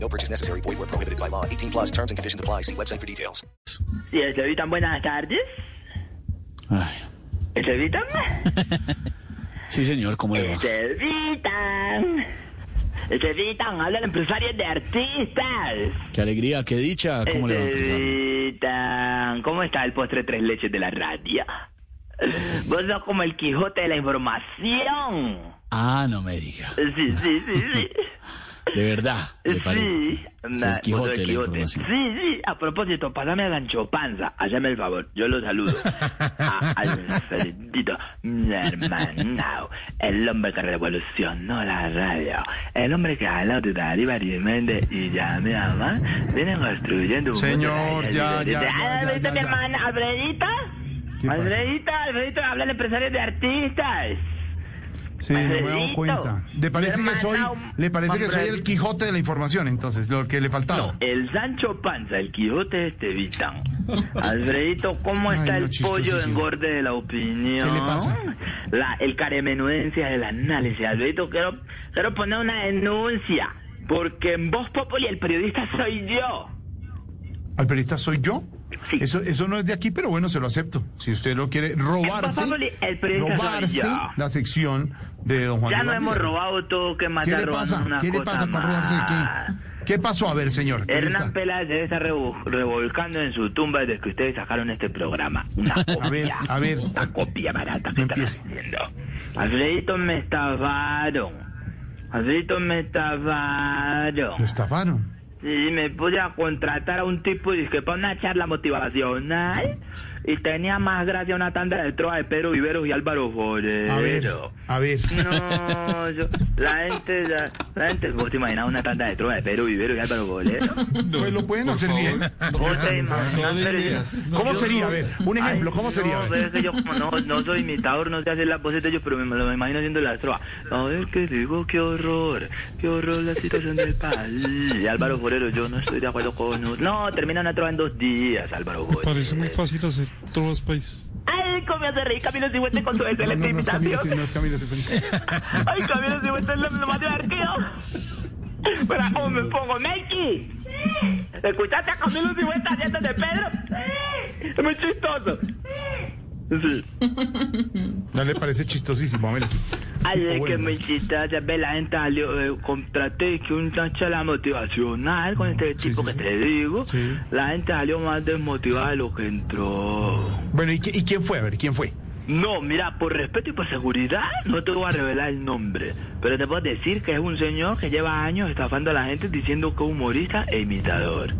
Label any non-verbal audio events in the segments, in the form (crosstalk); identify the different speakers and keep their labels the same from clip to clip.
Speaker 1: No purchase necessary. Void where prohibited by law. 18 plus terms and conditions apply. See website for details.
Speaker 2: Sí, el Levitan, buenas tardes.
Speaker 3: Ay,
Speaker 2: El Levitan.
Speaker 3: sí, señor, ¿cómo le (laughs) va?
Speaker 2: El Levitan. El Levitan, habla el empresario de artistas.
Speaker 3: Qué alegría, qué dicha, ¿cómo le va?
Speaker 2: El
Speaker 3: empresario?
Speaker 2: Levitan, ¿cómo está el postre tres leches de la radio? Vos sos como el Quijote de la información.
Speaker 3: Ah, no me diga.
Speaker 2: Sí, sí, sí, sí.
Speaker 3: De verdad, le parece.
Speaker 2: Sí,
Speaker 3: Sos
Speaker 2: anda, vos
Speaker 3: Quijote
Speaker 2: sos
Speaker 3: de
Speaker 2: el
Speaker 3: la información.
Speaker 2: Sí, sí, a propósito, pasame a Sancho Panza, hágame el favor, yo
Speaker 3: (laughs)
Speaker 2: lo saludo. A- Alfredito, mi hermano, el hombre que revolucionó la radio, el hombre que ha hablado de Darío Arimendi y ya mi mamá, viene construyendo un
Speaker 4: Señor,
Speaker 2: mundo de
Speaker 4: ya, ya,
Speaker 2: libertad.
Speaker 4: ya,
Speaker 2: Ah,
Speaker 4: ya,
Speaker 2: ¿viste
Speaker 4: ya,
Speaker 2: mi
Speaker 4: ya.
Speaker 2: hermana, Alfredito?
Speaker 4: ¿Qué pasa?
Speaker 2: Alfredito, Alfredito, habla el empresario de artistas.
Speaker 4: Sí, no me he dado
Speaker 2: Alfredito,
Speaker 4: cuenta. ¿Le parece que soy,
Speaker 2: hermano,
Speaker 4: le parece que
Speaker 2: hombre.
Speaker 4: soy el Quijote de la información, entonces, lo que le faltaba?
Speaker 2: El Sancho Panza, el Quijote de Estevitán. Alfredito, ¿cómo
Speaker 4: Ay,
Speaker 2: está
Speaker 4: no,
Speaker 2: el pollo
Speaker 4: chistosísimo.
Speaker 2: engorde de la opinión?
Speaker 4: ¿Qué le pasa?
Speaker 2: La, el caremenudencia del análisis. Alfredito, quiero, quiero poner una denuncia. Porque en Voz Populi el periodista soy yo.
Speaker 4: ¿Al periodista soy yo?
Speaker 2: Sí.
Speaker 4: Eso, eso no es de aquí, pero bueno, se lo acepto. Si usted lo quiere robarse,
Speaker 2: Pasa, Poli, el periodista soy
Speaker 4: robarse
Speaker 2: yo.
Speaker 4: la sección de don Juan.
Speaker 2: Ya no
Speaker 4: Iván
Speaker 2: hemos
Speaker 4: Villa.
Speaker 2: robado todo que más
Speaker 4: ¿Qué
Speaker 2: está
Speaker 4: le
Speaker 2: robando
Speaker 4: pasa?
Speaker 2: una
Speaker 4: ¿Qué le
Speaker 2: cosa
Speaker 4: pasa para robarse
Speaker 2: más.
Speaker 4: qué? ¿Qué pasó? A ver, señor.
Speaker 2: Hernán
Speaker 4: periodista.
Speaker 2: Peláez debe estar revo- revolcando en su tumba desde que ustedes sacaron este programa. Una copia.
Speaker 4: (laughs) A ver, a ver.
Speaker 2: Una copia barata que
Speaker 4: No
Speaker 2: están
Speaker 4: empiece.
Speaker 2: haciendo. Alfredito me estafaron. Alfredito me estafaron.
Speaker 4: Lo estafaron.
Speaker 2: Y me puse a contratar a un tipo y que para una charla motivacional. Y tenía más gracia una tanda de trova de Pedro Viveros y Álvaro Forero.
Speaker 4: A ver, a ver.
Speaker 2: No, yo, la gente, la, la gente, ¿vos te imaginas una tanda de trova de Pedro Vivero y Álvaro Bolero?
Speaker 4: Pues lo pueden hacer bien.
Speaker 2: ¿Vos te imaginas? Pero yo-
Speaker 4: ¿Cómo sería? A ver, un ejemplo,
Speaker 2: Ay,
Speaker 4: ¿cómo sería?
Speaker 2: No,
Speaker 4: A ver.
Speaker 2: pero es que yo como no, no soy imitador, no sé hacer las voces de ellos, pero me lo imagino haciendo la trova. A ver qué digo, qué horror, qué horror la situación del país. Y Álvaro Forero, yo no estoy de acuerdo con... No, termina una trova en dos días, Álvaro Forero.
Speaker 5: Parece muy fácil hacer todos los países.
Speaker 2: Ay, cómo me hace reír Camilo Cifuentes con su
Speaker 4: No, no,
Speaker 2: excelente
Speaker 4: no es Camilo,
Speaker 2: imitación.
Speaker 4: sí, no es Camilo, sí, pues. fue-
Speaker 2: Ay, Camilo Cifuentes es lo, lo más divertido. Pero, ¿cómo me pongo? ¡Melky! ¿Escuchaste a Camilo Cifuentes haciendo de Pedro? Es muy chistoso. Sí.
Speaker 4: No le parece chistosísimo, a ver.
Speaker 2: Ay, es que
Speaker 4: Bueno.
Speaker 2: me chistosa, ve la gente salió, eh, contraté que una charla motivacional con este tipo que te digo.
Speaker 4: Mm, Sí.
Speaker 2: La gente salió más desmotivada de lo que entró.
Speaker 4: Bueno, ¿y, qui- ¿y quién fue? A ver, ¿quién fue?
Speaker 2: No, mira, por respeto y por seguridad no te voy a revelar el nombre, pero te puedo decir que es un señor que lleva años estafando a la gente diciendo que es humorista e imitador.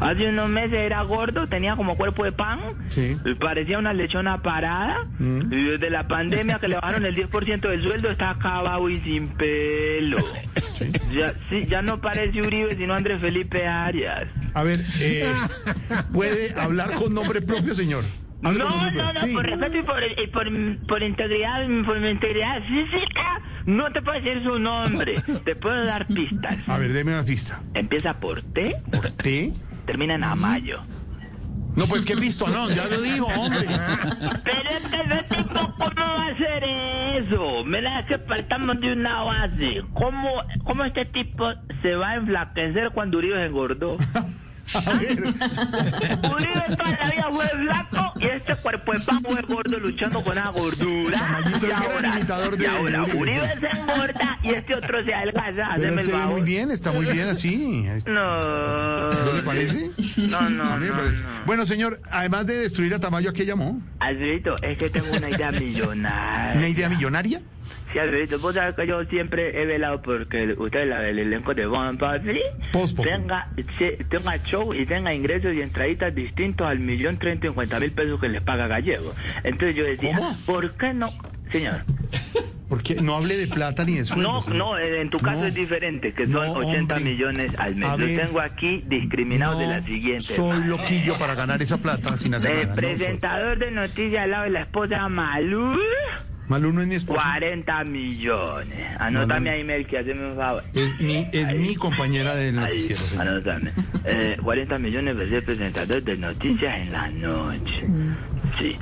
Speaker 2: Hace unos meses era gordo, tenía como cuerpo de pan,
Speaker 4: Sí.
Speaker 2: y parecía una lechona parada,
Speaker 4: Mm.
Speaker 2: y desde la pandemia que le bajaron el 10% del sueldo está acabado y sin
Speaker 4: (laughs)
Speaker 2: pelo. Ya, sí, ya no parece Uribe sino Andrés Felipe Arias.
Speaker 4: A ver, eh, (laughs) ¿puede hablar con nombre propio, señor?
Speaker 2: No,
Speaker 4: Hable con nombre
Speaker 2: no, no,
Speaker 4: propio. Sí.
Speaker 2: por respeto y por, y por, por integridad, por mi integridad física, no te puedo decir su nombre. Te puedo dar pistas.
Speaker 4: A ver, deme una pista.
Speaker 2: Empieza por T,
Speaker 4: ¿Por T?
Speaker 2: termina en Amayo.
Speaker 4: No, pues qué listo, no, ya lo dijo,
Speaker 2: (laughs)
Speaker 4: hombre.
Speaker 2: Pero es que ese tipo, ¿cómo va a ser eso? Mira, es que partamos de una base. ¿Cómo, ¿Cómo este tipo se va a enflaquecer cuando Uribe se engordó?
Speaker 4: (laughs) A ver,
Speaker 2: Uribe toda la vida fue flaco y este cuerpo de pan fue gordo luchando con la gordura. Y
Speaker 4: Camallito, el gran
Speaker 2: ahora,
Speaker 4: imitador
Speaker 2: y
Speaker 4: de
Speaker 2: ahora
Speaker 4: Uribe.
Speaker 2: Uribe se engorda y este otro se adelgaza.
Speaker 4: pero
Speaker 2: Haceme
Speaker 4: él
Speaker 2: el
Speaker 4: se ve muy
Speaker 2: favor.
Speaker 4: bien, está muy bien así.
Speaker 2: No.
Speaker 4: ¿No le parece?
Speaker 2: No, no,
Speaker 4: A mí me
Speaker 2: no,
Speaker 4: parece.
Speaker 2: no.
Speaker 4: Bueno, señor, además de destruir a Tamayo, ¿a qué llamó?
Speaker 2: Alfredito, es que tengo una idea
Speaker 4: ¿Una
Speaker 2: millonaria.
Speaker 4: idea millonaria?
Speaker 2: Sí, Alfredito, vos sabés que yo siempre he velado porque usted, la del elenco de Bon Populi,
Speaker 4: Post Populi.
Speaker 2: tenga, se- tenga show y tenga ingresos y entraditas distintos al millón treinta y cincuenta mil pesos que les paga Gallego. Entonces yo decía,
Speaker 4: ¿Cómo?
Speaker 2: ¿por qué no? Señor,
Speaker 4: Porque no hable de plata ni de
Speaker 2: No,
Speaker 4: sueldos.
Speaker 2: no, eh, en tu caso
Speaker 4: No.
Speaker 2: es diferente, que
Speaker 4: No,
Speaker 2: son 80
Speaker 4: hombre.
Speaker 2: millones al mes.
Speaker 4: A
Speaker 2: Lo
Speaker 4: ver.
Speaker 2: tengo aquí discriminado de la siguiente
Speaker 4: soy
Speaker 2: manera.
Speaker 4: loquillo para ganar esa plata sin hacer
Speaker 2: El
Speaker 4: nada. no soy.
Speaker 2: presentador de noticias al lado de la esposa Malú,
Speaker 4: Pues Malú no es mi esposo.
Speaker 2: 40 millones. Anótame ahí, Mel, que haceme un favor.
Speaker 4: Es mi, es mi compañera del
Speaker 2: Ahí,
Speaker 4: noticiero, señor.
Speaker 2: anótame. Eh, 40 millones de ser presentador de noticias en la noche. Sí.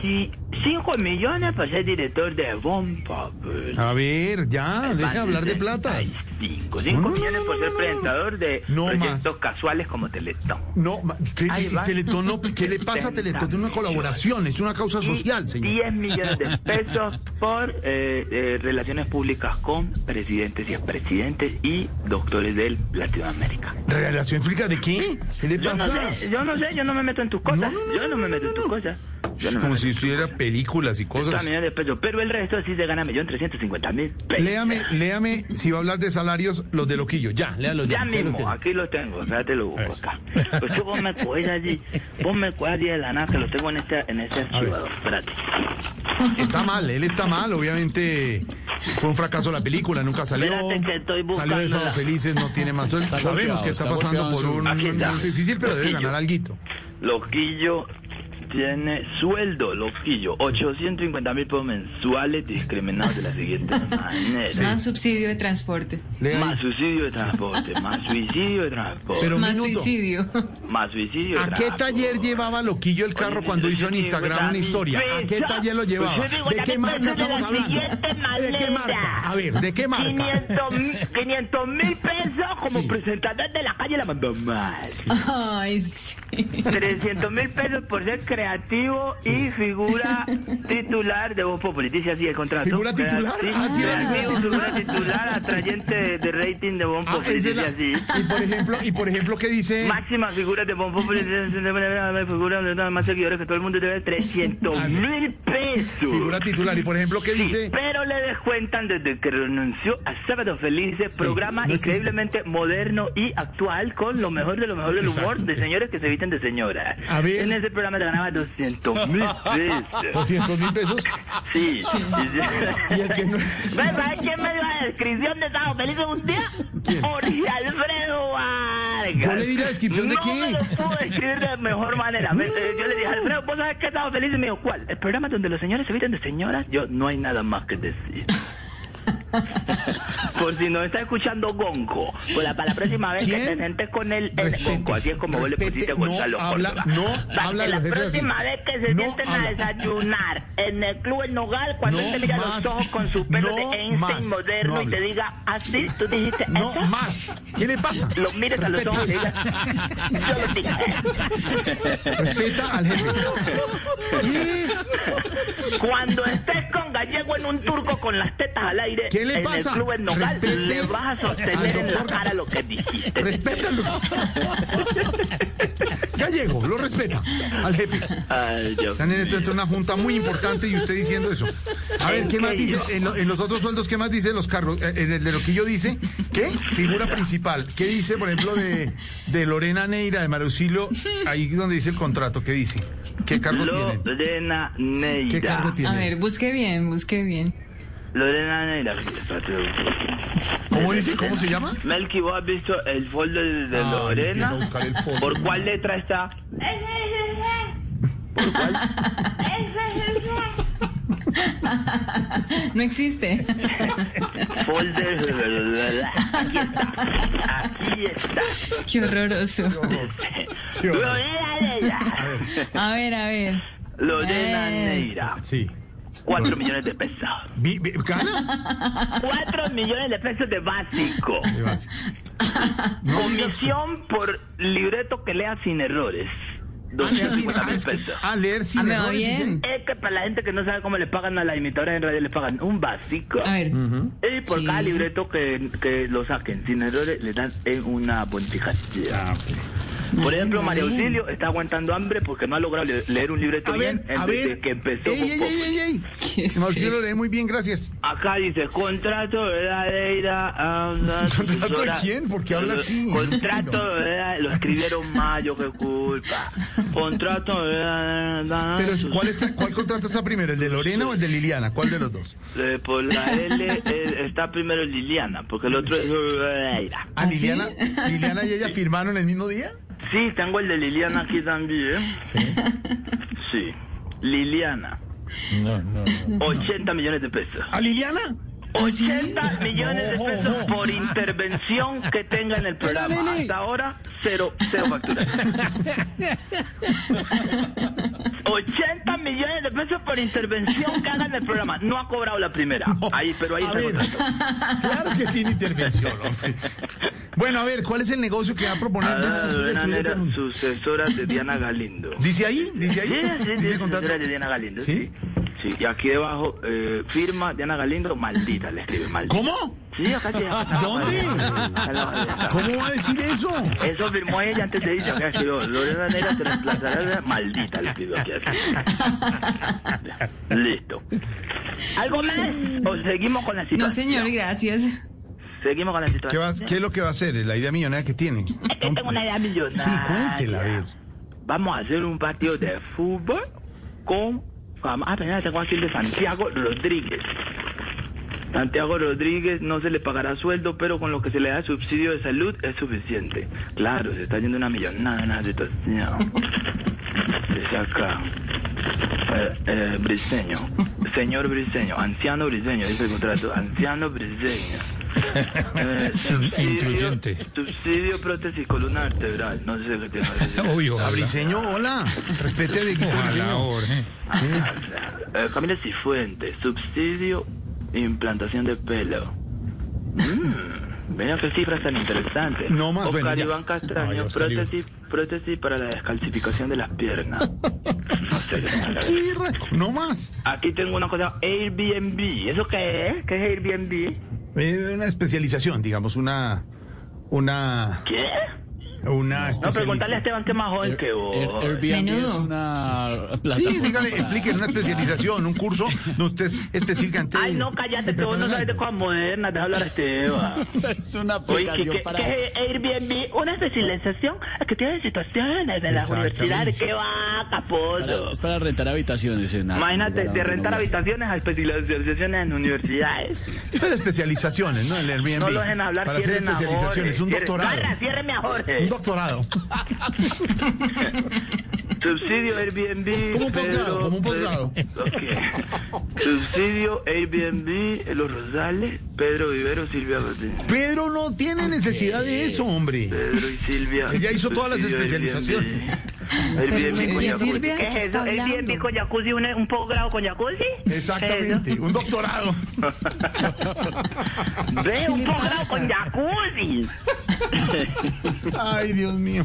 Speaker 2: 25 millones para ser director de Bon Populi.
Speaker 4: A ver, ya, Ah, deja de hablar de plata.
Speaker 2: 5,
Speaker 4: No, no,
Speaker 2: millones
Speaker 4: no,
Speaker 2: por ser
Speaker 4: no, no, no.
Speaker 2: presentador de
Speaker 4: No
Speaker 2: proyectos
Speaker 4: más.
Speaker 2: casuales como Teletón.
Speaker 4: No, ma- ¿qué,
Speaker 2: Ahí va.
Speaker 4: Teletón no- ¿qué le pasa a Teletón? Es una colaboración, es una causa social,
Speaker 2: Y
Speaker 4: señor.
Speaker 2: 10 millones
Speaker 4: (laughs)
Speaker 2: de pesos por eh, eh, relaciones públicas con presidentes y expresidentes y doctores de Latinoamérica.
Speaker 4: ¿Relación pública de qué? ¿Qué le
Speaker 2: Yo no,
Speaker 4: pasa?
Speaker 2: sé, yo no sé, yo no me meto en tus cosas.
Speaker 4: No, no, no,
Speaker 2: yo no me meto en tus cosas. Yo no me
Speaker 4: Como
Speaker 2: meto
Speaker 4: si
Speaker 2: en tus
Speaker 4: estuviera
Speaker 2: cosas.
Speaker 4: películas y
Speaker 2: 30
Speaker 4: cosas.
Speaker 2: millones de pesos, pero el resto sí se gana millón trescientos cincuenta mil pesos.
Speaker 4: Léame, léame, si va a hablar de salarios, los de Loquillo. Ya, léalo
Speaker 2: Ya
Speaker 4: los
Speaker 2: mismo,
Speaker 4: tiene.
Speaker 2: aquí lo tengo, ya te lo busco
Speaker 4: ver.
Speaker 2: acá. Pues tú vos me coges allí, vos me coges allí de la nada, que lo tengo en este, en este archivador. Espérate.
Speaker 4: Está mal, él está mal, obviamente. Fue un fracaso la película, nunca salió.
Speaker 2: Espérate que estoy
Speaker 4: Salió de
Speaker 2: buscándola.
Speaker 4: Sábado Felices, no tiene más sueldo.
Speaker 3: Está
Speaker 4: Sabemos
Speaker 3: golpeado,
Speaker 4: que está,
Speaker 3: está
Speaker 4: pasando por
Speaker 3: golpeado en
Speaker 4: un
Speaker 3: su-
Speaker 2: Aquí está.
Speaker 4: momento difícil, pero debe
Speaker 2: Loquillo.
Speaker 4: ganar alguito.
Speaker 2: Loquillo tiene sueldo, Loquillo, 850 mil pesos mensuales discriminados de la
Speaker 4: (laughs)
Speaker 2: siguiente manera.
Speaker 6: Más subsidio de transporte.
Speaker 4: Lea ahí.
Speaker 2: Más suicidio de transporte, más suicidio de transporte,
Speaker 4: Pero
Speaker 6: Más
Speaker 4: minuto.
Speaker 6: suicidio.
Speaker 2: más suicidio de
Speaker 4: ¿A qué
Speaker 2: transporte.
Speaker 4: taller llevaba Loquillo el carro cuando hizo en Instagram
Speaker 2: "Pues,
Speaker 4: una historia? ¿A qué taller lo llevaba? ¿De qué marca estamos hablando? ¿De qué marca? A ver, ¿de qué marca?
Speaker 2: 500 mil pesos como presentador de la calle La Mandó Mal.
Speaker 6: (laughs) Ay, sí.
Speaker 2: 300 mil pesos por ser creativo y figura titular de Voz Populi. Dice así el contrato.
Speaker 4: ¿Figura titular?
Speaker 2: Creati-
Speaker 4: Ah, sí, era
Speaker 2: creativo,
Speaker 4: figura
Speaker 2: figura titular, atrayente de, de rating de Voz
Speaker 4: Ah,
Speaker 2: Populi.
Speaker 4: esa es
Speaker 2: Dice
Speaker 4: la-
Speaker 2: así.
Speaker 4: Y por ejemplo, y por ejemplo, ¿qué dice?
Speaker 2: Máxima figura de Bon Populi, figura de más seguidores que todo el mundo debe 300 mil pesos.
Speaker 4: Figura titular. Y por ejemplo, ¿qué
Speaker 2: Sí,
Speaker 4: dice?
Speaker 2: pero le descuentan desde que renunció a Sábado Felices,
Speaker 4: Sí,
Speaker 2: programa
Speaker 4: no existe.
Speaker 2: increíblemente moderno y actual, con lo mejor de lo mejor del
Speaker 4: Exacto,
Speaker 2: humor de
Speaker 4: es-
Speaker 2: señores que se visten de señoras.
Speaker 4: A ver.
Speaker 2: En ese programa te ganaba 200
Speaker 4: (laughs)
Speaker 2: mil pesos.
Speaker 4: 200 mil pesos.
Speaker 2: Sí.
Speaker 4: (laughs)
Speaker 2: sí.
Speaker 4: Y el que no-
Speaker 2: ¿Ves, ¿Sabes quién me dio la descripción de Sábado Felices un día? Jorge Alfredo Vargas.
Speaker 4: Yo le di la descripción de
Speaker 2: No
Speaker 4: qué.
Speaker 2: me lo pudo describir de mejor manera. Me- eh, Yo le dije, Alfredo, ¿vos sabés qué estaba feliz? Y me dijo, ¿cuál? ¿El programa donde los señores se visten de señoras? Yo, no hay nada más que
Speaker 4: (laughs)
Speaker 2: decir. Por si no está escuchando Gonco, pues la, para la próxima vez
Speaker 4: ¿Quién?
Speaker 2: que te sentes con él, es
Speaker 4: Respete,
Speaker 2: Gonco, así es como vos le
Speaker 4: respete,
Speaker 2: pusiste a
Speaker 4: no
Speaker 2: Gonzalo
Speaker 4: habla-
Speaker 2: Córdoba.
Speaker 4: no
Speaker 2: para
Speaker 4: habla de
Speaker 2: que la
Speaker 4: los jefes así.
Speaker 2: próxima vez que se
Speaker 4: No
Speaker 2: sienten
Speaker 4: habla.
Speaker 2: a desayunar en el club El Nogal, cuando
Speaker 4: No
Speaker 2: él te mira
Speaker 4: más,
Speaker 2: los ojos con su pelo
Speaker 4: no
Speaker 2: de Einstein
Speaker 4: más,
Speaker 2: moderno
Speaker 4: no
Speaker 2: y te
Speaker 4: hable.
Speaker 2: diga, así, tú dijiste
Speaker 4: No
Speaker 2: eso.
Speaker 4: más. ¿Qué le pasa?
Speaker 2: Lo mires a los ojos y le digas, yo lo dije.
Speaker 4: Respeta al jefe.
Speaker 2: Cuando estés con Gallego en un turco con las tetas al aire
Speaker 4: ¿Qué le
Speaker 2: en
Speaker 4: pasa?
Speaker 2: el club en Nogal,
Speaker 4: Respete
Speaker 2: le vas a sostener
Speaker 4: al
Speaker 2: en la
Speaker 4: doctor.
Speaker 2: cara lo que dijiste.
Speaker 4: Respétalo. Gallego, lo respeta al jefe.
Speaker 2: Ay, Dios
Speaker 4: Están en esto
Speaker 2: mío.
Speaker 4: entre una junta muy importante y usted diciendo eso. A ver, ¿qué más dice? En, lo- en los otros sueldos, ¿qué más dice los cargos? Eh, En el de Loquillo dice, ¿qué? Figura principal. ¿Qué dice, por ejemplo, de, de Lorena Neira, de Marucilio? Ahí donde dice el contrato, ¿qué dice? ¿Qué cargo tiene?
Speaker 2: Lorena
Speaker 4: ¿Qué
Speaker 2: Neira.
Speaker 4: cargo
Speaker 6: A
Speaker 4: tiene?
Speaker 6: ver, busque bien, busque bien.
Speaker 2: Lorena Neira.
Speaker 4: ¿Cómo dice? ¿Cómo se llama?
Speaker 2: Melky, ¿vos has visto el folder de, de
Speaker 4: Ah, empieza
Speaker 2: Lorena?
Speaker 4: a buscar el folder.
Speaker 2: ¿Por cuál letra está?
Speaker 6: No existe. (laughs)
Speaker 2: Folder de Lorena. Aquí está. Aquí está.
Speaker 6: Qué horroroso.
Speaker 2: Lorena Neira.
Speaker 6: A ver, a ver.
Speaker 2: Lorena
Speaker 6: Eh.
Speaker 2: Neira.
Speaker 4: Sí.
Speaker 2: 4 millones de pesos.
Speaker 4: Vi- vi- ¿Gana?
Speaker 2: 4 millones de pesos de básico.
Speaker 4: Qué básico. No digas-
Speaker 2: Comisión por libreto que lea sin errores.
Speaker 4: Ah, leer sin-
Speaker 2: 250
Speaker 4: ah,
Speaker 2: mil
Speaker 4: es que-
Speaker 2: pesos.
Speaker 4: ah, leer sin
Speaker 6: Ah, me va
Speaker 4: errores, dice.
Speaker 6: bien.
Speaker 2: Es que para la gente que no sabe cómo le pagan a las imitadoras en radio, le pagan un básico.
Speaker 6: A ver.
Speaker 4: Mm.
Speaker 2: Y por
Speaker 6: Sí.
Speaker 2: cada
Speaker 4: pues,
Speaker 2: libreto que, que lo saquen sin errores, le dan eh, una bonificación. Por ejemplo, María Auxilio está aguantando hambre porque no ha logrado le- leer un libreto
Speaker 4: A
Speaker 2: bien
Speaker 4: ver, a
Speaker 2: desde
Speaker 4: ver.
Speaker 2: que empezó
Speaker 4: Ey,
Speaker 2: con
Speaker 4: ey,
Speaker 2: poco.
Speaker 4: ey, ey, ey.
Speaker 6: ¿Qué es
Speaker 4: Mauricio lo
Speaker 6: eso?
Speaker 4: lee muy bien, gracias.
Speaker 2: Acá dice contrato de la Deira. ah, ah,
Speaker 4: (laughs) ¿Contrato de
Speaker 2: horas-
Speaker 4: quién? Porque habla así.
Speaker 2: Contrato
Speaker 4: Entiendo.
Speaker 2: de la- Lo escribieron mal, yo qué culpa. Contrato de la la-
Speaker 4: (laughs)
Speaker 6: Ah,
Speaker 4: Pero ¿cuál, está, ¿cuál contrato está primero? ¿El de Lorena o el de Liliana? ¿Cuál de los dos?
Speaker 2: eh, por
Speaker 4: (laughs)
Speaker 2: la L eh, está primero Liliana, porque el otro es Deira.
Speaker 6: ¿Ah,
Speaker 4: ¿A Liliana? ¿Liliana y ella firmaron el mismo día?
Speaker 2: Sí, tengo el de Liliana aquí también. ¿eh?
Speaker 4: Sí.
Speaker 2: Sí. Liliana.
Speaker 4: No, no.
Speaker 2: 80 millones de pesos.
Speaker 4: ¿A Liliana?
Speaker 2: 80 millones de
Speaker 4: No,
Speaker 2: pesos
Speaker 4: no.
Speaker 2: por intervención que tenga en el programa. Hasta ahora, cero, cero facturas. 80 millones de pesos por intervención que haga en el programa. No ha cobrado la primera. Ahí, pero ahí
Speaker 4: A
Speaker 2: está el
Speaker 4: ver,
Speaker 2: contrato.
Speaker 4: claro que tiene intervención. hombre. Bueno, a ver, ¿cuál es el negocio que va a proponer?
Speaker 2: Adela Lorena Neira,
Speaker 4: Julieta?
Speaker 2: sucesora de Diana Galindo.
Speaker 4: ¿Dice ahí? ¿Dice ahí?
Speaker 2: Sí, sí, sí,
Speaker 4: ¿Dice el contrato?
Speaker 2: sucesora de Diana Galindo.
Speaker 4: ¿Sí?
Speaker 2: Sí. Sí, y aquí debajo eh, firma Diana Galindo, maldita, le escribe maldita.
Speaker 4: ¿Cómo?
Speaker 2: Sí, acá
Speaker 4: (laughs)
Speaker 2: llega.
Speaker 4: ¿Dónde? ¿Cómo va a decir eso?
Speaker 2: Eso firmó ella antes de irse. Acá escribió, Lorena Neira te reemplazará. de- Maldita, le escribió aquí. así. Listo. ¿Algo más? ¿O seguimos con la situación?
Speaker 6: No, señor, gracias.
Speaker 2: Seguimos con la situación.
Speaker 4: ¿Qué, va- qué es lo que va a hacer? La idea millonaria que tiene.
Speaker 2: Es que tengo una idea millonaria.
Speaker 4: Sí, cuéntela, a ver.
Speaker 2: Vamos a hacer un partido de fútbol con... Ah, perdón, tengo aquí el de Santiago Rodríguez. Santiago Rodríguez no se le pagará sueldo, pero con lo que se le da subsidio de salud es suficiente. Claro, se está yendo una millonada en la situación. Se saca. Eh, eh, briseño. Señor briseño. Anciano briseño, dice el contrato. Anciano briseño. Eh, subsidio,
Speaker 7: Incluyente.
Speaker 2: subsidio prótesis columna vertebral. No sé qué te parece.
Speaker 7: Obvio.
Speaker 4: A
Speaker 7: ojalá.
Speaker 4: Briseño, hola. Respete a Dieguito
Speaker 7: Ojalá,
Speaker 4: Briseño.
Speaker 7: Jorge.
Speaker 2: Eh, Camila Cifuentes, subsidio, implantación de pelo. Mm, mira qué cifras tan interesantes.
Speaker 4: No más,
Speaker 2: Oscar
Speaker 4: bueno, ya.
Speaker 2: Iván Castaño,
Speaker 4: No, ya, Oscar Iván.
Speaker 2: prótesis, prótesis para la descalcificación de las piernas. No sé qué será.
Speaker 4: Y re- No más.
Speaker 2: Aquí tengo una cosa, Airbnb. ¿Eso qué es? ¿Qué es Airbnb?
Speaker 4: Eh, Una especialización, digamos, una. Una.
Speaker 2: ¿Qué?
Speaker 4: Una
Speaker 2: No, preguntarle a este
Speaker 4: especialización.
Speaker 2: Esteban que es más joven que vos.
Speaker 3: Air- Airbnb
Speaker 6: Menudo.
Speaker 3: es una plataforma.
Speaker 4: Sí, dígale,
Speaker 3: para-
Speaker 4: explíquenle una especialización, un curso donde usted es este específicamente.
Speaker 2: Ay, no, cállate, que vos no sabes de cosas modernas. Deja hablar a Esteban.
Speaker 3: (laughs) Es una
Speaker 2: Oye, ¿qué,
Speaker 3: aplicación
Speaker 2: qué-
Speaker 3: para...
Speaker 2: qué es Airbnb? Una especialización que tiene situaciones de las
Speaker 4: Exactamente.
Speaker 2: universidades. ¡Qué va,
Speaker 3: para-
Speaker 2: capollo!
Speaker 3: es para rentar habitaciones en
Speaker 2: Imagínate,
Speaker 3: en-
Speaker 2: de rentar habitaciones a especializaciones en universidades.
Speaker 4: Pero especializaciones, ¿no? El Airbnb.
Speaker 2: No lo dejen hablar,
Speaker 4: Para hacer
Speaker 2: cierren a
Speaker 4: especializaciones,
Speaker 2: Jorge.
Speaker 4: un
Speaker 2: Cierren-
Speaker 4: doctorado.
Speaker 2: Barra, cierren a Jorge.
Speaker 4: Un doctorado.
Speaker 2: Subsidio Airbnb.
Speaker 4: Como un posgrado,
Speaker 2: pero-
Speaker 4: como un posgrado.
Speaker 2: pero- ok. Subsidio Airbnb, Los Rosales, Pedro Vivero, Silvia Patiño.
Speaker 4: Pero no tiene necesidad de eso, hombre.
Speaker 2: Pedro y Silvia.
Speaker 4: Ella hizo todas las
Speaker 2: Subsidio
Speaker 4: especializaciones.
Speaker 2: Airbnb.
Speaker 6: ¿de
Speaker 2: Airbnb con
Speaker 6: qué
Speaker 2: jacuzzi.
Speaker 6: sirve?
Speaker 2: ¿Qué
Speaker 6: ¿Qué
Speaker 2: es eso?
Speaker 6: está hablando?
Speaker 2: Airbnb con jacuzzi, un, un posgrado con jacuzzi.
Speaker 4: Exactamente, un doctorado.
Speaker 2: Eso. Ve, un posgrado con jacuzzi.
Speaker 4: Ay, Dios mío.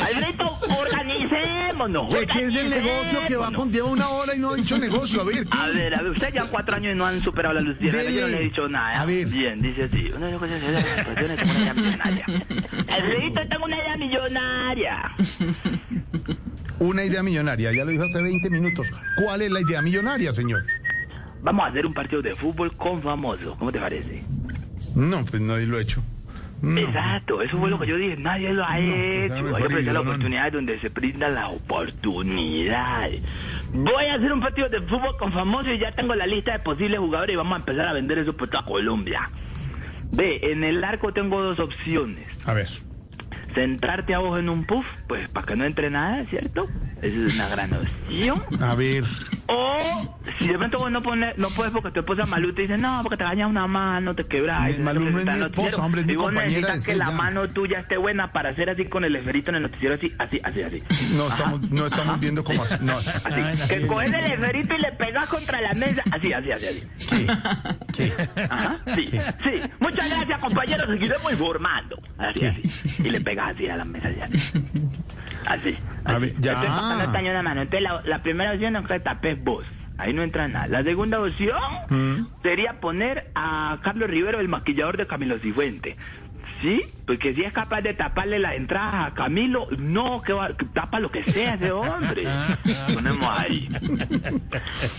Speaker 2: Alberto, organicémonos.
Speaker 4: ¿Qué, qué es el negocio que va con lleva una hora y no ha dicho negocio? A ver,
Speaker 2: A ver, a ver, ustedes ya cuatro años y no han superado la luz de
Speaker 4: Dele.
Speaker 2: Yo no le he dicho nada.
Speaker 4: A ver.
Speaker 2: Bien, dice así. Una de las cosas es la situación es una idea millonaria. Alfredito, tengo una idea millonaria.
Speaker 4: una idea millonaria, ya lo dijo hace 20 minutos. ¿Cuál es la idea millonaria, señor?
Speaker 2: Vamos a hacer un partido de fútbol con famosos. ¿Cómo te parece?
Speaker 4: No, pues nadie lo ha hecho.
Speaker 2: Exacto, eso fue lo que yo dije. Nadie lo ha hecho.
Speaker 4: claro,
Speaker 2: Hay que aprovechar
Speaker 4: prohibido,
Speaker 2: la
Speaker 4: no, no.
Speaker 2: oportunidad donde se brindan las oportunidades. Voy a hacer un partido de fútbol con famosos y ya tengo la lista de posibles jugadores y vamos a empezar a vender eso por toda Colombia. Ve, en el arco tengo dos opciones.
Speaker 4: A ver.
Speaker 2: Centrarte a vos en un puff, pues para que no entre nada, ¿cierto? Esa es una gran opción.
Speaker 4: A ver.
Speaker 2: O si de pronto vos no, pone- no puedes porque tu esposa Malú te dice, no, porque te dañas una mano, te quebras.
Speaker 4: Mi- Malú no es mi esposa, hombre, es mi
Speaker 2: y vos
Speaker 4: compañera de
Speaker 2: necesitas que la
Speaker 4: celda.
Speaker 2: mano tuya esté buena para hacer así con el esferito en el noticiero, así, así, así, así.
Speaker 4: (laughs) No estamos, no estamos viendo cómo hacer. No.
Speaker 2: Así, que coges el esferito y le pegas contra la mesa. Así, así, así, así. Ajá, sí, sí. Muchas gracias, compañeros. Seguiremos informando. Así, así. Y le pegas así a la mesa. ya. Así. así.
Speaker 4: A ver, ya.
Speaker 2: Entonces, no está ni una mano. Entonces, la, la primera opción es que tapes vos. Ahí no entra nada. La segunda
Speaker 4: Mm.
Speaker 2: opción sería poner a Carlos Rivero, el maquillador de Camilo Cifuente. ¿Sí? Porque si es capaz de taparle la entrada a Camilo, no, que, va- que tapa lo que sea ese
Speaker 4: (laughs)
Speaker 2: hombre. Ponemos ahí.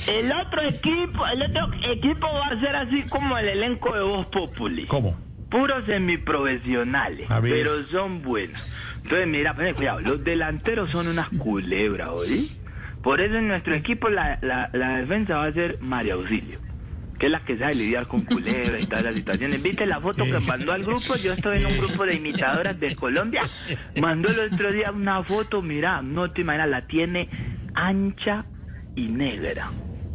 Speaker 2: El otro equipo, el otro equipo va a ser así como el elenco de Voz Populi.
Speaker 4: ¿Cómo?
Speaker 2: Puros semiprofesionales,
Speaker 4: A ver.
Speaker 2: pero son buenos. Entonces, mira, poné cuidado, los delanteros son unas culebras, ¿oí? Por eso en nuestro equipo la, la- la defensa va a ser María Auxilio, que es la que sabe lidiar con culebras y todas las situaciones. ¿Viste la foto que mandó al grupo? Yo estoy en un grupo de imitadoras de Colombia. Mandó el otro día una foto, mira, no te imaginas, la tiene ancha y negra.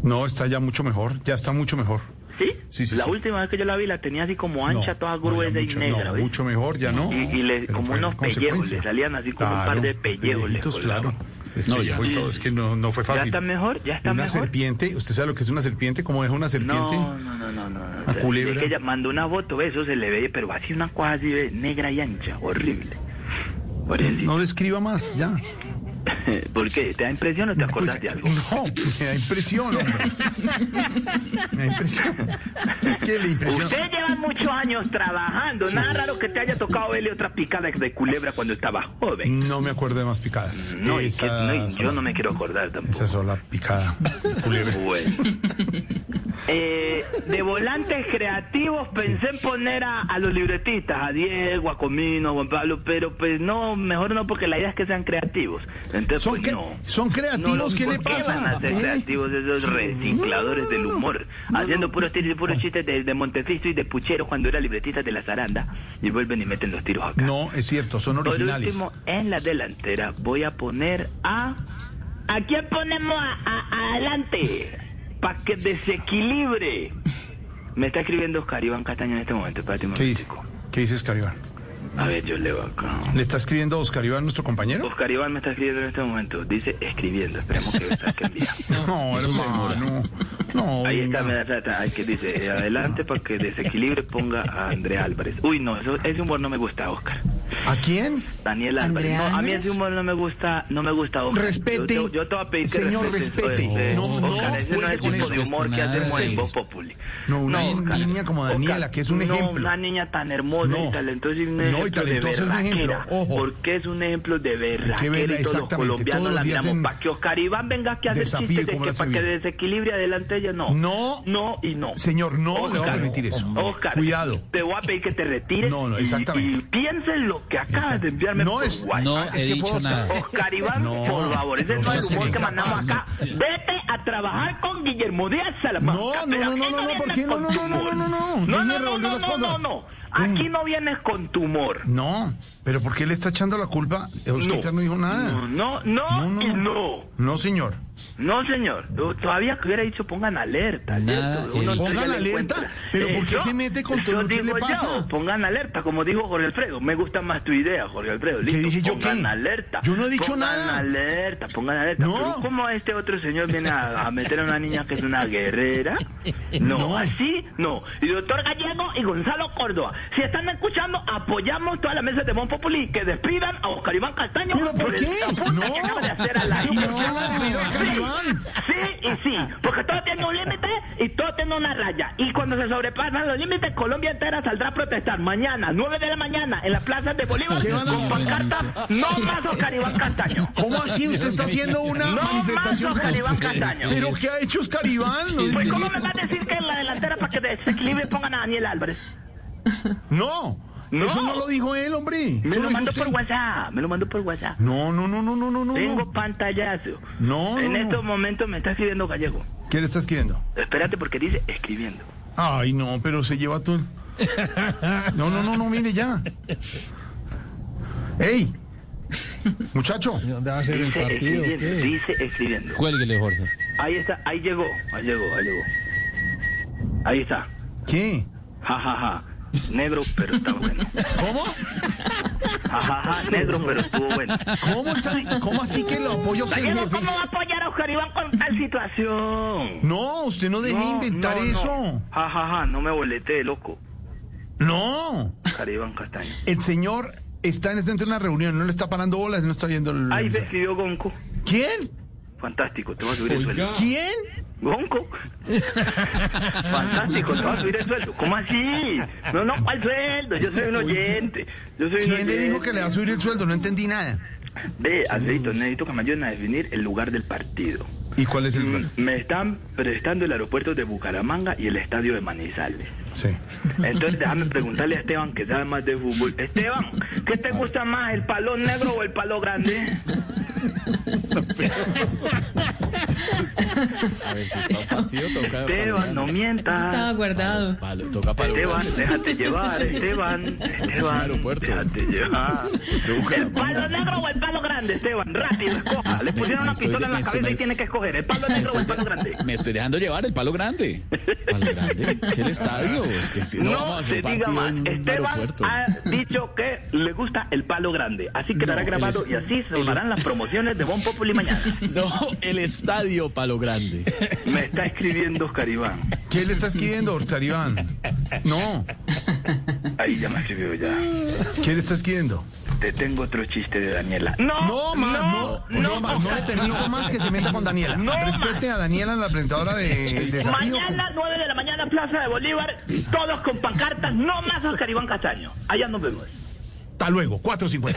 Speaker 4: No, está ya mucho mejor, ya está mucho mejor.
Speaker 2: ¿Sí?
Speaker 4: Sí, sí,
Speaker 2: la
Speaker 4: sí.
Speaker 2: última vez que yo la vi la tenía así como
Speaker 4: No,
Speaker 2: ancha, toda
Speaker 4: no, ya
Speaker 2: gruesa
Speaker 4: mucho-
Speaker 2: y negra.
Speaker 4: no,
Speaker 2: ¿ves?
Speaker 4: mucho mejor, ya no.
Speaker 2: Y- y le-
Speaker 4: Pero
Speaker 2: como
Speaker 4: fue
Speaker 2: unos
Speaker 4: consecuencia.
Speaker 2: pellejos, le salían así como un par de pellejos, le
Speaker 4: pellejitos,
Speaker 2: colgaban.
Speaker 4: claro.
Speaker 3: No,
Speaker 4: No,
Speaker 3: ya.
Speaker 4: ya. Es que no, no fue
Speaker 2: ¿Ya
Speaker 4: fácil.
Speaker 2: está mejor? ¿Ya está
Speaker 4: una
Speaker 2: mejor?
Speaker 4: serpiente, ¿usted sabe lo que es una serpiente? ¿Cómo deja una serpiente?
Speaker 2: No, no, no, no, no. no.
Speaker 4: ¿A culebra?
Speaker 2: Es que ella mandó una foto, ve, eso se le ve, pero así una cosa así, ve, negra y ancha, horrible. Por eso,
Speaker 4: No describa más, ya.
Speaker 2: ¿Por qué? ¿Te da impresión o te acordás
Speaker 4: Pues,
Speaker 2: de algo?
Speaker 4: No, me da impresión,
Speaker 2: (laughs)
Speaker 4: hombre. Me da impresión. Es que le impresiona.
Speaker 2: Usted lleva muchos años trabajando, nada raro que te haya tocado verle otra picada de culebra cuando estaba joven.
Speaker 4: No me acuerdo de más picadas.
Speaker 2: No, y
Speaker 4: Mm, Esa
Speaker 2: que, no, y yo
Speaker 4: sola-
Speaker 2: no me quiero acordar tampoco.
Speaker 4: Esa sola picada.
Speaker 2: Bueno. (laughs) Eh, de volantes creativos pensé en poner a, a los libretistas, a Diego, a Comino, a Juan Pablo, pero pues no, mejor no, porque la idea es que sean creativos. Entonces,
Speaker 4: Son,
Speaker 2: pues
Speaker 4: cre-
Speaker 2: no.
Speaker 4: son creativos,
Speaker 2: No, no,
Speaker 4: ¿qué le
Speaker 2: ¿por
Speaker 4: pasa?
Speaker 2: van a ser
Speaker 4: ¿Eh?
Speaker 2: creativos esos recicladores del humor? haciendo puros tiros y puros chistes de, de Montecristo y de Puchero cuando era libretista de la zaranda y vuelven y meten los tiros acá.
Speaker 4: No, es cierto, son
Speaker 2: Por
Speaker 4: originales.
Speaker 2: último, en la delantera voy a poner a... ¿A quién ponemos a- a- adelante? Para que desequilibre. Me está escribiendo Oscar Iván Castaño en este momento. Espérate un
Speaker 4: ¿Qué dice?
Speaker 2: momentico.
Speaker 4: ¿Qué dice Oscar Iván?
Speaker 2: A ver, yo leo acá.
Speaker 4: ¿Le está escribiendo a Oscar Iván, nuestro compañero?
Speaker 2: Oscar Iván me está escribiendo en este momento. Dice escribiendo. Esperemos que está que
Speaker 4: (laughs)
Speaker 2: envía.
Speaker 4: No, hermano. No,
Speaker 2: Ahí está, mira,
Speaker 4: venga.
Speaker 2: está, está, ahí que dice, eh, adelante para que desequilibre ponga a Andrea Álvarez. Uy, no, eso, ese humor no me gusta, Oscar.
Speaker 4: ¿A quién?
Speaker 2: Daniel Álvarez.
Speaker 6: ¿Andrea
Speaker 2: No, a mí
Speaker 6: Álvarez?
Speaker 2: ese humor no me gusta, no me gusta. Oscar.
Speaker 4: Respete.
Speaker 2: Yo, te- yo te voy a pedir que
Speaker 4: Señor,
Speaker 2: respetes,
Speaker 4: respete.
Speaker 2: eh,
Speaker 4: No,
Speaker 2: Oscar,
Speaker 4: no,
Speaker 2: ese no
Speaker 4: juegue
Speaker 2: es el
Speaker 4: con
Speaker 2: tipo
Speaker 4: eso.
Speaker 2: de humor que hacemos en Voz Populi.
Speaker 4: No, una
Speaker 2: Oscar.
Speaker 4: niña como Daniela, que es un
Speaker 2: no,
Speaker 4: ejemplo.
Speaker 2: Una niña tan hermosa
Speaker 4: No.
Speaker 2: y talentosa y un
Speaker 4: No, y
Speaker 2: ejemplo
Speaker 4: talentosa es
Speaker 2: de
Speaker 4: un ejemplo,
Speaker 2: berraquera.
Speaker 4: ojo.
Speaker 2: Porque es un ejemplo de
Speaker 4: que verla,
Speaker 2: berraquera y todos los
Speaker 4: exactamente,
Speaker 2: colombianos
Speaker 4: todos los
Speaker 2: la
Speaker 4: días
Speaker 2: miramos.
Speaker 4: en
Speaker 2: Para que Oscar Iván venga aquí a hacer
Speaker 4: desafío,
Speaker 2: chistes de
Speaker 4: como
Speaker 2: que
Speaker 4: la hace
Speaker 2: para que
Speaker 4: bien.
Speaker 2: desequilibre adelante ella, no.
Speaker 4: No.
Speaker 2: No y no.
Speaker 4: Señor, no le voy a
Speaker 2: Oscar,
Speaker 4: permitir eso.
Speaker 2: Oscar,
Speaker 4: Cuidado.
Speaker 2: Te voy a pedir que te retires.
Speaker 4: No, no,
Speaker 2: y-
Speaker 4: exactamente.
Speaker 2: Y, piensa en lo que acabas de enviarme
Speaker 4: No
Speaker 2: por
Speaker 4: es-
Speaker 2: WhatsApp.
Speaker 4: Ah,
Speaker 7: No
Speaker 4: es
Speaker 7: he
Speaker 4: que fue
Speaker 7: dicho
Speaker 4: Oscar.
Speaker 7: nada.
Speaker 2: Oscar Iván,
Speaker 4: No.
Speaker 2: por favor, ese no
Speaker 4: No,
Speaker 2: es el
Speaker 7: sí,
Speaker 2: humor que
Speaker 7: capaz.
Speaker 2: mandamos acá. Vete a trabajar con Guillermo Díaz Salamanca.
Speaker 4: No, no,
Speaker 2: pero
Speaker 4: no,
Speaker 2: aquí
Speaker 4: no, no,
Speaker 2: vienes
Speaker 4: ¿por qué? No,
Speaker 2: con
Speaker 4: no,
Speaker 2: tu
Speaker 4: no, no,
Speaker 2: humor.
Speaker 4: no, no, no.
Speaker 2: No,
Speaker 4: Dije
Speaker 2: no, no,
Speaker 4: revolver
Speaker 2: no,
Speaker 4: las
Speaker 2: no, no,
Speaker 4: cosas.
Speaker 2: no. Aquí
Speaker 4: Mm.
Speaker 2: no vienes con tu humor.
Speaker 4: No, pero ¿por qué le está echando la culpa? Oscar no, dijo
Speaker 2: No,
Speaker 4: nada.
Speaker 2: no, no,
Speaker 4: No, no.
Speaker 2: y no.
Speaker 4: No, señor.
Speaker 2: No, señor. Yo Todavía que hubiera dicho pongan alerta.
Speaker 7: Nada,
Speaker 2: ¿cierto? Uno
Speaker 7: eh.
Speaker 4: ¿Pongan
Speaker 2: ya le
Speaker 4: alerta?
Speaker 2: encuentra.
Speaker 4: ¿Pero por qué
Speaker 2: yo-
Speaker 4: se mete con
Speaker 2: eso
Speaker 4: todo? ¿Qué le
Speaker 2: digo yo,
Speaker 4: pasa?
Speaker 2: pongan alerta, como dijo Jorge Alfredo. Me gusta más tu idea, Jorge Alfredo. Listo,
Speaker 4: dije yo
Speaker 2: pongan
Speaker 4: qué?
Speaker 2: alerta.
Speaker 4: Yo no he dicho
Speaker 2: pongan
Speaker 4: nada.
Speaker 2: alerta, pongan alerta.
Speaker 4: No.
Speaker 2: Pero ¿Cómo este otro señor viene a, a meter a una niña que es una guerrera? No,
Speaker 4: No.
Speaker 2: así no. Y doctor Gallego y Gonzalo Córdoba, si están escuchando, apoyamos toda la mesa de Bon Populi y que despidan a Oscar Iván Castaño.
Speaker 4: ¿Pero por
Speaker 2: el-
Speaker 4: qué?
Speaker 2: la puta que
Speaker 4: No.
Speaker 2: acaba de hacer a la
Speaker 4: ¿Pero por qué
Speaker 2: hija.
Speaker 4: van a despedir a Oscar
Speaker 2: Sí,
Speaker 4: Iván?
Speaker 2: Sí y sí, porque todo tiene un límite y todo tiene una raya. Y cuando se sobrepasan los límites, Colombia entera saldrá a protestar mañana, 9 de la mañana, en las plazas de Bolívar,
Speaker 4: ¿Qué van a
Speaker 2: con pancarta, no más Oscar Iván Castaño.
Speaker 4: ¿Cómo así usted está haciendo una
Speaker 2: No más
Speaker 4: manifestación?
Speaker 2: Oscar Iván
Speaker 4: con-
Speaker 2: Castaño.
Speaker 4: ¿Pero qué ha hecho Oscar Iván? No,
Speaker 2: Pues,
Speaker 4: dice-
Speaker 2: ¿cómo me vas a decir que en la delantera para que desequilibre pongan a Daniel Álvarez?
Speaker 4: no,
Speaker 2: No.
Speaker 4: eso no lo dijo él, hombre.
Speaker 2: Me
Speaker 4: Eso
Speaker 2: lo
Speaker 4: dijo
Speaker 2: mando
Speaker 4: usted.
Speaker 2: por WhatsApp, me lo mando por WhatsApp.
Speaker 4: No, no, no, no, no, este. no, no.
Speaker 2: Tengo pantallazo. En
Speaker 4: No,
Speaker 2: este
Speaker 4: no, no.
Speaker 2: estos momentos me está escribiendo Gallego.
Speaker 4: ¿Qué le está escribiendo?
Speaker 2: Espérate porque dice escribiendo.
Speaker 4: Ay, no, pero se lleva todo. No, no, no, no, mire ya. ¡Ey! Muchacho,
Speaker 7: ¿Dónde va a ser el
Speaker 2: Dice
Speaker 7: partido?
Speaker 2: escribiendo,
Speaker 7: ¿Qué?
Speaker 2: dice escribiendo.
Speaker 7: Cuélguele, Jorge.
Speaker 2: Ahí está, ahí llegó, ahí llegó, ahí llegó. Ahí está.
Speaker 4: ¿qué?
Speaker 2: Ja, ja, ja. Negro, pero está bueno.
Speaker 4: ¿Cómo?
Speaker 2: Ja, ja, ja. Negro, pero estuvo bueno.
Speaker 4: ¿Cómo, está? ¿Cómo así que lo apoyó usted,
Speaker 2: Gallego,
Speaker 4: jefe?
Speaker 2: ¿cómo va a apoyar a Oscar Iván con tal situación?
Speaker 4: No, usted no deje inventar
Speaker 2: no, no.
Speaker 4: eso.
Speaker 2: Ja, ja, ja, no me bolete, loco.
Speaker 4: No.
Speaker 2: Oscar Iván Castaño.
Speaker 4: El señor está en este momento en una reunión, no le está parando bolas, no está viendo el...
Speaker 2: Ahí se escribió Gonco.
Speaker 4: ¿Quién?
Speaker 2: Fantástico, te voy a subir el sueldo.
Speaker 4: ¿Quién? (laughs)
Speaker 2: Gonco. Fantástico, te va a subir el sueldo. ¿Cómo así? No, no, ¿cuál sueldo? Yo soy un oyente. Yo soy un
Speaker 4: ¿Quién le dijo
Speaker 2: oyente.
Speaker 4: que le va a subir el sueldo? No entendí nada.
Speaker 2: Ve, Alfredito, necesito que me ayuden a definir el lugar del partido.
Speaker 4: ¿Y cuál es el
Speaker 2: Mm,
Speaker 4: plan?
Speaker 2: Me están prestando el aeropuerto de Bucaramanga y el estadio de Manizales.
Speaker 4: Sí. (laughs)
Speaker 2: Entonces déjame preguntarle a Esteban que sabe más de fútbol. Esteban, ¿qué te gusta más, el palo negro o el palo grande? Esteban, no
Speaker 6: Eso estaba
Speaker 2: mientas.
Speaker 6: guardado.
Speaker 3: Palo- toca palo.
Speaker 2: Esteban,
Speaker 3: grande.
Speaker 4: (laughs)
Speaker 2: déjate llevar, Esteban, Esteban,
Speaker 3: aeropuerto.
Speaker 2: déjate llevar.
Speaker 3: Te busca la
Speaker 2: (laughs) ¿El palo negro o el palo grande, Esteban? Rápido, escoja. Le
Speaker 3: Me-
Speaker 2: pusieron
Speaker 3: me
Speaker 2: una
Speaker 3: estoy-
Speaker 2: pistola en
Speaker 3: me
Speaker 2: la
Speaker 3: estoy-
Speaker 2: cabeza y
Speaker 3: me-
Speaker 2: tiene que escoger, ¿el palo
Speaker 3: Me
Speaker 2: negro o
Speaker 3: estoy,
Speaker 2: el
Speaker 3: (laughs)
Speaker 2: palo grande?
Speaker 3: me estoy dejando llevar el palo grande. Palo grande. Es el estadio. Es que si no, vamos a
Speaker 2: No
Speaker 3: hacer
Speaker 2: se
Speaker 3: un
Speaker 2: diga
Speaker 3: partido
Speaker 2: más.
Speaker 3: en un
Speaker 2: Esteban ah,
Speaker 3: aeropuerto.
Speaker 2: ha dicho que le gusta el palo grande. Así quedará
Speaker 3: No,
Speaker 2: grabado
Speaker 3: el
Speaker 2: y
Speaker 3: es-
Speaker 2: así sonarán las promociones de Bon
Speaker 3: (laughs)
Speaker 2: Populi mañana.
Speaker 3: No, el estadio palo grande.
Speaker 2: Me está escribiendo Oscar Iván.
Speaker 4: ¿Qué le está escribiendo, Oscar Iván? No.
Speaker 2: Ahí ya me escribió ya.
Speaker 4: ¿Qué le está escribiendo?
Speaker 2: Te tengo otro chiste de Daniela. No,
Speaker 4: No, ma, no, no, ma, no le permito más que se meta con Daniela.
Speaker 2: No, ma.
Speaker 4: Respete a Daniela, la presentadora de, de Desafío.
Speaker 2: Mañana, 9 de la mañana, Plaza de Bolívar, todos con pancartas, no más Oscar Iván Castaño. Allá nos vemos.
Speaker 4: Hasta luego, 4.50.